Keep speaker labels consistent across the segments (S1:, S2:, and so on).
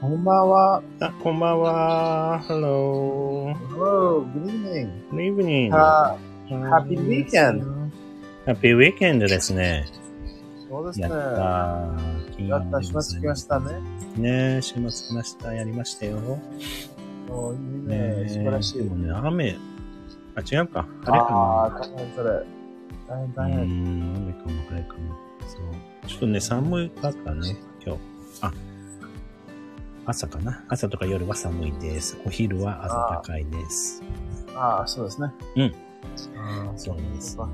S1: こんばんは。
S2: あ、こんばんは。Hello.
S1: Hello, good evening.
S2: Good evening.
S1: あ
S2: Happy
S1: weekend.
S2: Happy weekend ですね。
S1: ーそうですね
S2: やっ。たー。
S1: やった、しまつきましたね。
S2: ねえ、週末来ました。やりましたよ。
S1: おいい
S2: ね
S1: ね。
S2: え
S1: 素晴らし
S2: で
S1: い
S2: も。ね、雨。あ、違うか。晴れ
S1: あ
S2: か
S1: あ、大変それ。大変
S2: な。
S1: 大
S2: うー
S1: 変。
S2: ん、雨かも、晴れかも。そう。ちょっとね、寒かったね、今日。あ、朝かな。朝とか夜は寒いです。お昼は暖かいです。
S1: ああ、そうですね。
S2: うん
S1: あー。
S2: そうなんです
S1: か
S2: よ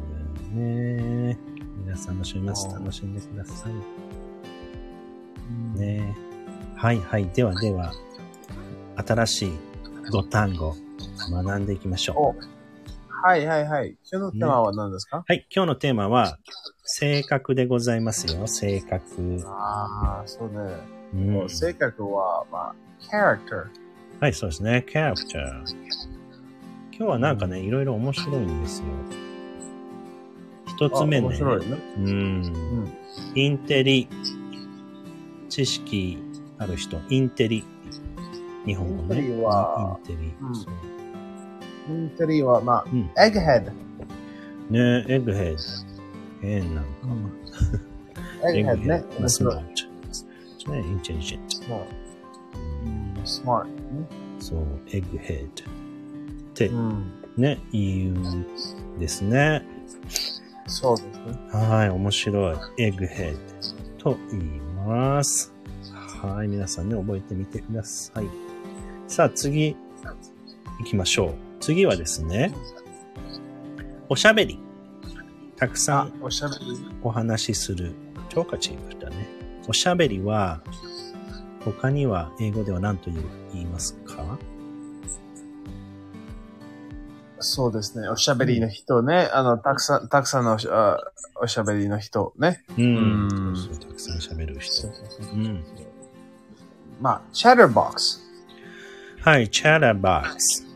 S2: ね。皆さんも週末楽しんでくださいね。はいはい。ではでは、新しい語単語、学んでいきましょう。
S1: おはいはいはい。今日のテーマは何ですか
S2: はい、今日のテーマは、性格でございますよ。性格。
S1: ああ、そうね。
S2: うん
S1: もう性格は、まあ、character。
S2: はい、そうですね。キャラクター。今日はなんかね、いろいろ面白いんですよ。一つ目
S1: あ
S2: ね。
S1: 面白いね。
S2: う。
S1: うんん。
S2: インテリ。知識ある人。インテリ。日本語ね。
S1: インテリは
S2: インテリ。
S1: うん
S2: そう
S1: インテリは、ま
S2: うん
S1: あ、エッグヘッド。
S2: ねエッグヘッド。変な。
S1: エッグヘッドね。面
S2: ス
S1: 白
S2: マ
S1: い。
S2: ート。ね、インテリジェント。
S1: も
S2: う
S1: う、スマートね。
S2: そう、エッグヘッド。って
S1: うん。
S2: ね、言うですね。
S1: そうですね。
S2: はい、面白い。エッグヘッドと言います。はい、皆さんね、覚えてみてください。さあ、次、行きましょう。次はですね、おしゃべり。たくさ
S1: あ
S2: ん、
S1: おしゃべり。
S2: お話しする。超過チームだね。おしゃべりは、他には英語では何と言う言いますか
S1: そうですね。おしゃべりの人ね。あの、たくさん、たくさんのおしあおしゃべりの人ね。
S2: う
S1: うん
S2: そうそうたくさん喋る人。うん。
S1: まあ、チャッターボックス。
S2: はい、チャラバックス。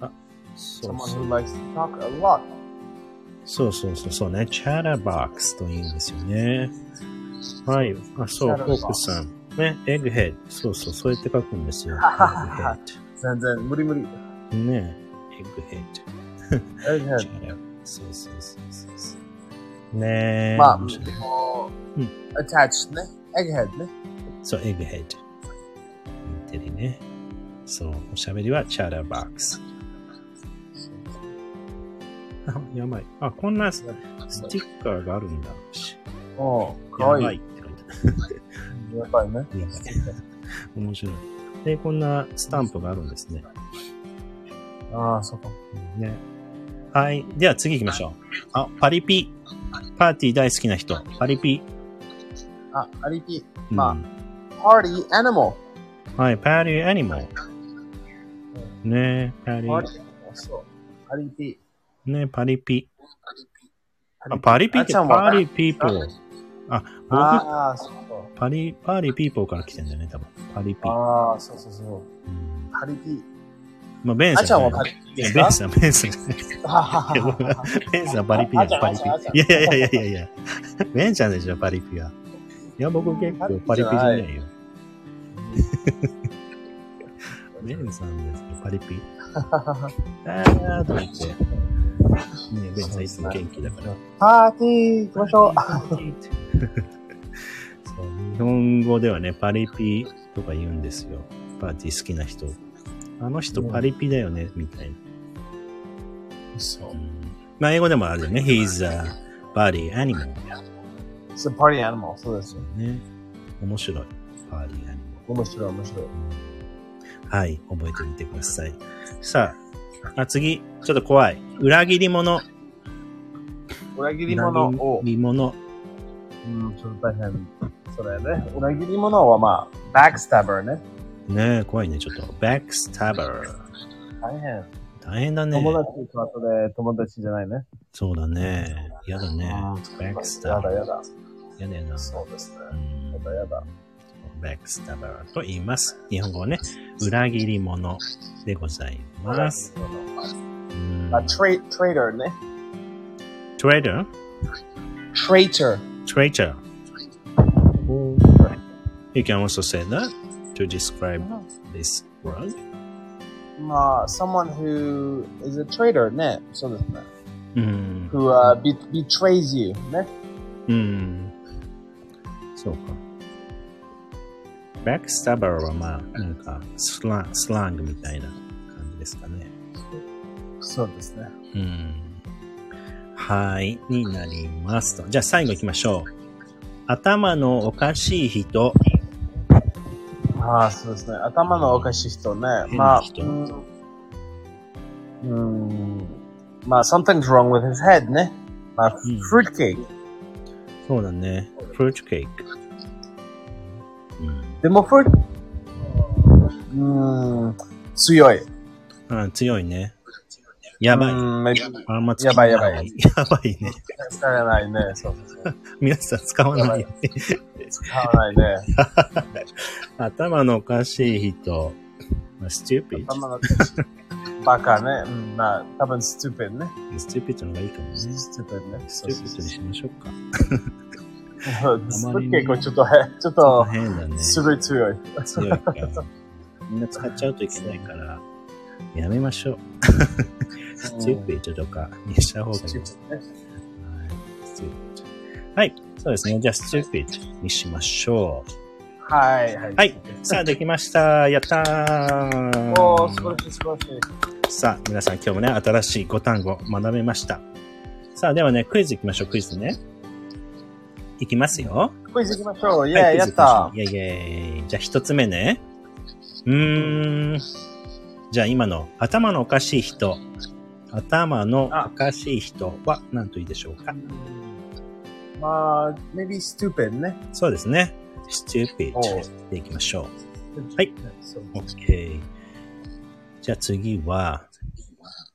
S2: あ、そう
S1: Someone
S2: そう
S1: who likes to talk a lot.
S2: そうそうそうそうね。チャラバックスと言うんですよね。はい。あ、そう、フォ
S1: Chatterbox
S2: ークさん。ね、エッグヘッド。そうそう、そうやって書く んですよ。エッグヘッ
S1: 全然、無理無理。
S2: ド。ね、エッグヘッ
S1: え
S2: ド。
S1: え
S2: チャラそうそうそうそうそう。ねえ。
S1: まあ、
S2: 面白い
S1: も
S2: う
S1: う、attached ね。エッグヘッドね。
S2: そう、エッグヘッド。インテリね。そう、おしゃべりはチャラバックス。あ やばい。あ、こんなスティッカーがあるんだ。
S1: おう、か
S2: や
S1: わいい。
S2: ば
S1: や
S2: いって書いてある
S1: ばいね。
S2: やばい。面白い。で、こんなスタンプがあるんですね。
S1: ああ、そこ。
S2: ね。はい。では次行きましょう。あ、パリピ。パーティー大好きな人。パリピ。
S1: あ、アリピ。
S2: うん
S1: まパーティーアニマ
S2: はい。パリアニモル。ねパリ
S1: ル。、パーティーアニマル。そう。アリピ。
S2: ねパリピ。あ、
S1: ー
S2: パリピっ
S1: あ
S2: て
S1: ちゃん
S2: パ
S1: は
S2: リピーポー。あ、僕、
S1: ああ、そうそう。
S2: パリ、パリピーポーから来てんだよね、多分。パリピ。
S1: ああ、そうそうそう。
S2: うん
S1: パリピ。
S2: まあ、ベン
S1: あ
S2: さん。
S1: ちゃんはパリピ
S2: い
S1: で
S2: や
S1: す
S2: ベ
S1: か
S2: ンさん、ベンさん。ベンさんパリピや
S1: あ
S2: パリ
S1: あちゃん
S2: ピ。いやいやいやいやいや。ベンちゃんでしょ、パリピは。いや、僕結構パリピじゃないよ。ベンさんですよ、パ リピ。あーとか言って。ねベンさんいつも元気だから。
S1: パーティー行きましょ
S2: そう日本語ではね、パリピとか言うんですよ。パーティー好きな人。あの人パリピだよね、みたいな。
S1: う。そう。
S2: まあ、英語でもあるよね。He's a body animal.
S1: そう、パーティーアニマル。そうです
S2: そう。ね。面白い。body animal。
S1: 面白い、面白い。
S2: はい、覚えてみてください。さあ、あ次、ちょっと怖い。裏切り者。
S1: 裏切り者
S2: 裏
S1: を、
S2: 切り者。
S1: うん、ちょっと大変。それね。裏切り者はまあ、バックスタバーね。
S2: ねえ、怖いね、ちょっと。バックスタバー。
S1: 大変。
S2: 大変だね。
S1: 友達と後で友達じゃないね。
S2: そうだね。やだね
S1: う。
S2: バックスタ
S1: や
S2: バ
S1: だ
S2: ー。
S1: やだ。
S2: やだやだ。
S1: そうですね。
S2: うん
S1: やだやだ。
S2: バックスタバーと言います。日本語はね、裏切り者でございます。うん
S1: あ、トレイ、トレイダーね。
S2: トレーダー
S1: トレイター。
S2: Traitor. You can also say that. to describe this word?
S1: まあ、someone who is a traitor ね。そうですね。
S2: うん。
S1: who、uh, be- betrays you ね。
S2: うん。そうか。backstabber はまあ、なんかスラン、スラングみたいな感じですかね。
S1: そうですね。
S2: うん。はい、になりますと。じゃあ最後行きましょう。頭のおかしい人。
S1: ああ、そうですね。頭のおかしい人ね。
S2: 変
S1: ま
S2: な
S1: あ、
S2: 人
S1: うん。うんまあ、something's wrong with his head ね。まあ、
S2: うん
S1: fruit cake。
S2: そうだね。フルーツケーキ。うん
S1: でも、fruit、うん、強い。
S2: あー強いね。やばい。
S1: うん、めっちゃ
S2: あんま
S1: やばいやばい
S2: やばいね。
S1: 使えないね。そうですね。
S2: 皆さん使わないよね。
S1: 使わないね。
S2: 頭のおかしい人。まあ、stupid。
S1: 頭のおかしい。バカね。うん、まあ、多分 stupid ね。
S2: stupid の方がいいかもね。
S1: stupid ね。そうそう
S2: stupid
S1: そ
S2: に
S1: う
S2: しましょうか。
S1: fruit cake はちょっと、へちょっと、
S2: 変だね。
S1: すごい強い。
S2: 強いから。みんな使っちゃうといけないから、やめましょう。stupid とかにした方がいい。はい
S1: stupid ね。
S2: stupid はい。そうですね。じゃあ、stupid にしましょう。
S1: はい、はい。
S2: はい。さあ、できました。やったー。
S1: おー、素晴らしい、素晴らしい。
S2: さあ、皆さん今日もね、新しい5単語学べました。さあ、ではね、クイズ行きましょう、クイズね。いきますよ。
S1: クイズ行きましょう。イェ
S2: は
S1: ー
S2: い
S1: イ、やった。
S2: クイズ行きましょうイェイイェイ。じゃあ、一つ目ね。うーん。じゃあ、今の、頭のおかしい人。頭のおかしい人は何と言うでしょうか
S1: まあ、maybe stupid ね。
S2: そうですね。stupid
S1: おう
S2: でいきましょう。はい。
S1: そう
S2: OK。じゃあ次は、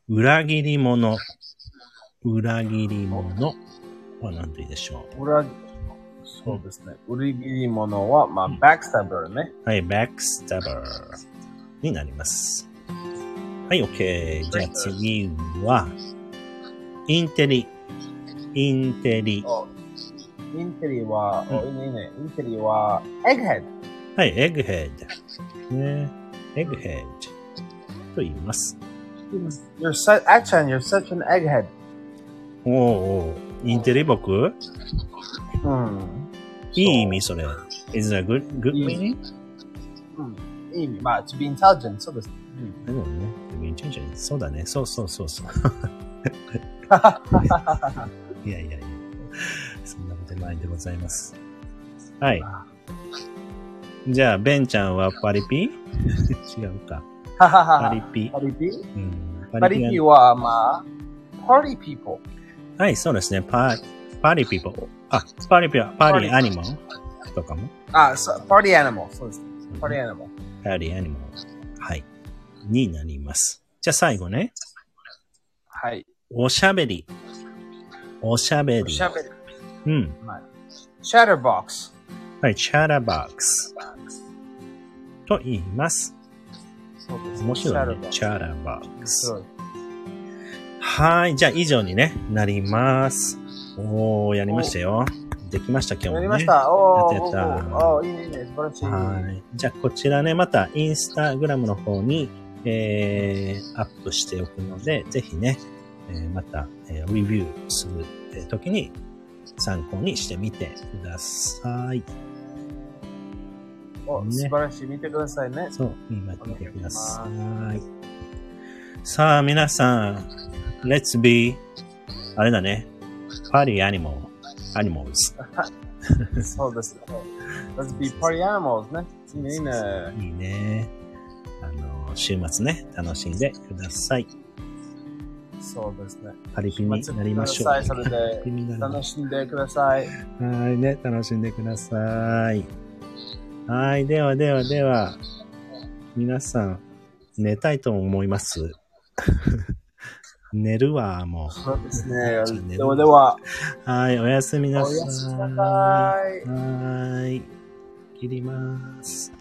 S2: 裏切り者。裏切り者は何と言うでしょ
S1: 裏切そうですね。裏切り者は、まあ、backstabber ね。
S2: うはい、backstabber になります。はい、OK。じゃあ次は、インテリ。インテリ。
S1: おインテリは、お、いいね、いいね。インテリは、egghead。
S2: はい、エッグヘッド。ね。エッグヘッドと言います。
S1: You're such, action, you're such an egghead.
S2: おーおーインテリ僕
S1: うん。
S2: いい意味それ。Is that a good, good
S1: いい
S2: meaning?
S1: うん。いい意味。まあ、to be intelligent, そうです。
S2: でもね、インテリジェンスそうだね。そうそうそうそう。いやいやいや。そんなことないでございます。はい。じゃあ、ベンちゃんはパリピ違うか。
S1: ははは
S2: パリ
S1: は。
S2: ピ。
S1: パリピ
S2: うん、
S1: パリピは、
S2: は
S1: まあ、party people。
S2: はい、そうですね。パパリピボ。あ、パリピは、パリアニマルとかも。
S1: あ、そう、party animal。そうです。party animal。
S2: パリアニマル。はい。になります。じゃあ最後ね。
S1: はい。
S2: おしゃべり。おしゃべ
S1: お
S2: り
S1: し。ゃべり。
S2: うん。
S1: Shatterbox。
S2: はい、チャラバックス。と言います。
S1: そうです
S2: 面白いね。
S1: Chatterbox
S2: チャラバックス。
S1: 面白い
S2: はい、じゃあ以上にね、なります。おー、やりましたよ。できました、今日も、ね。
S1: やりました。おー、
S2: やっ
S1: お
S2: てやった
S1: ーおー、いいね、いいね、素晴らしい。
S2: はい。じゃあこちらね、またインスタグラムの方に、えー、アップしておくので、ぜひね、えーまた、えーレビューするえー時に参考にしてみてください。
S1: お
S2: ね
S1: 素晴らしい。見てください ね。
S2: そう、今見てください。さあ、皆さん、Let's be, あれだね、Party Animal, Animals。
S1: そうですね。Let's be party animals ね。いいね、いいね。
S2: いいね。あの、週末ね、楽しんでください。
S1: そうですね。
S2: パリピになりましょう。
S1: 待ってくださいそれで
S2: パリピになりま
S1: 楽
S2: し
S1: しんでください。
S2: ょうはいね、楽しんでください。はい、ではではでは、皆さん、寝たいと思います。 寝るわ、もう。
S1: そうです
S2: ちょっと
S1: ね。
S2: ね
S1: ではでは、
S2: はい、おやすみな
S1: お
S2: さい。
S1: やすみなさい。
S2: はーい。切ります。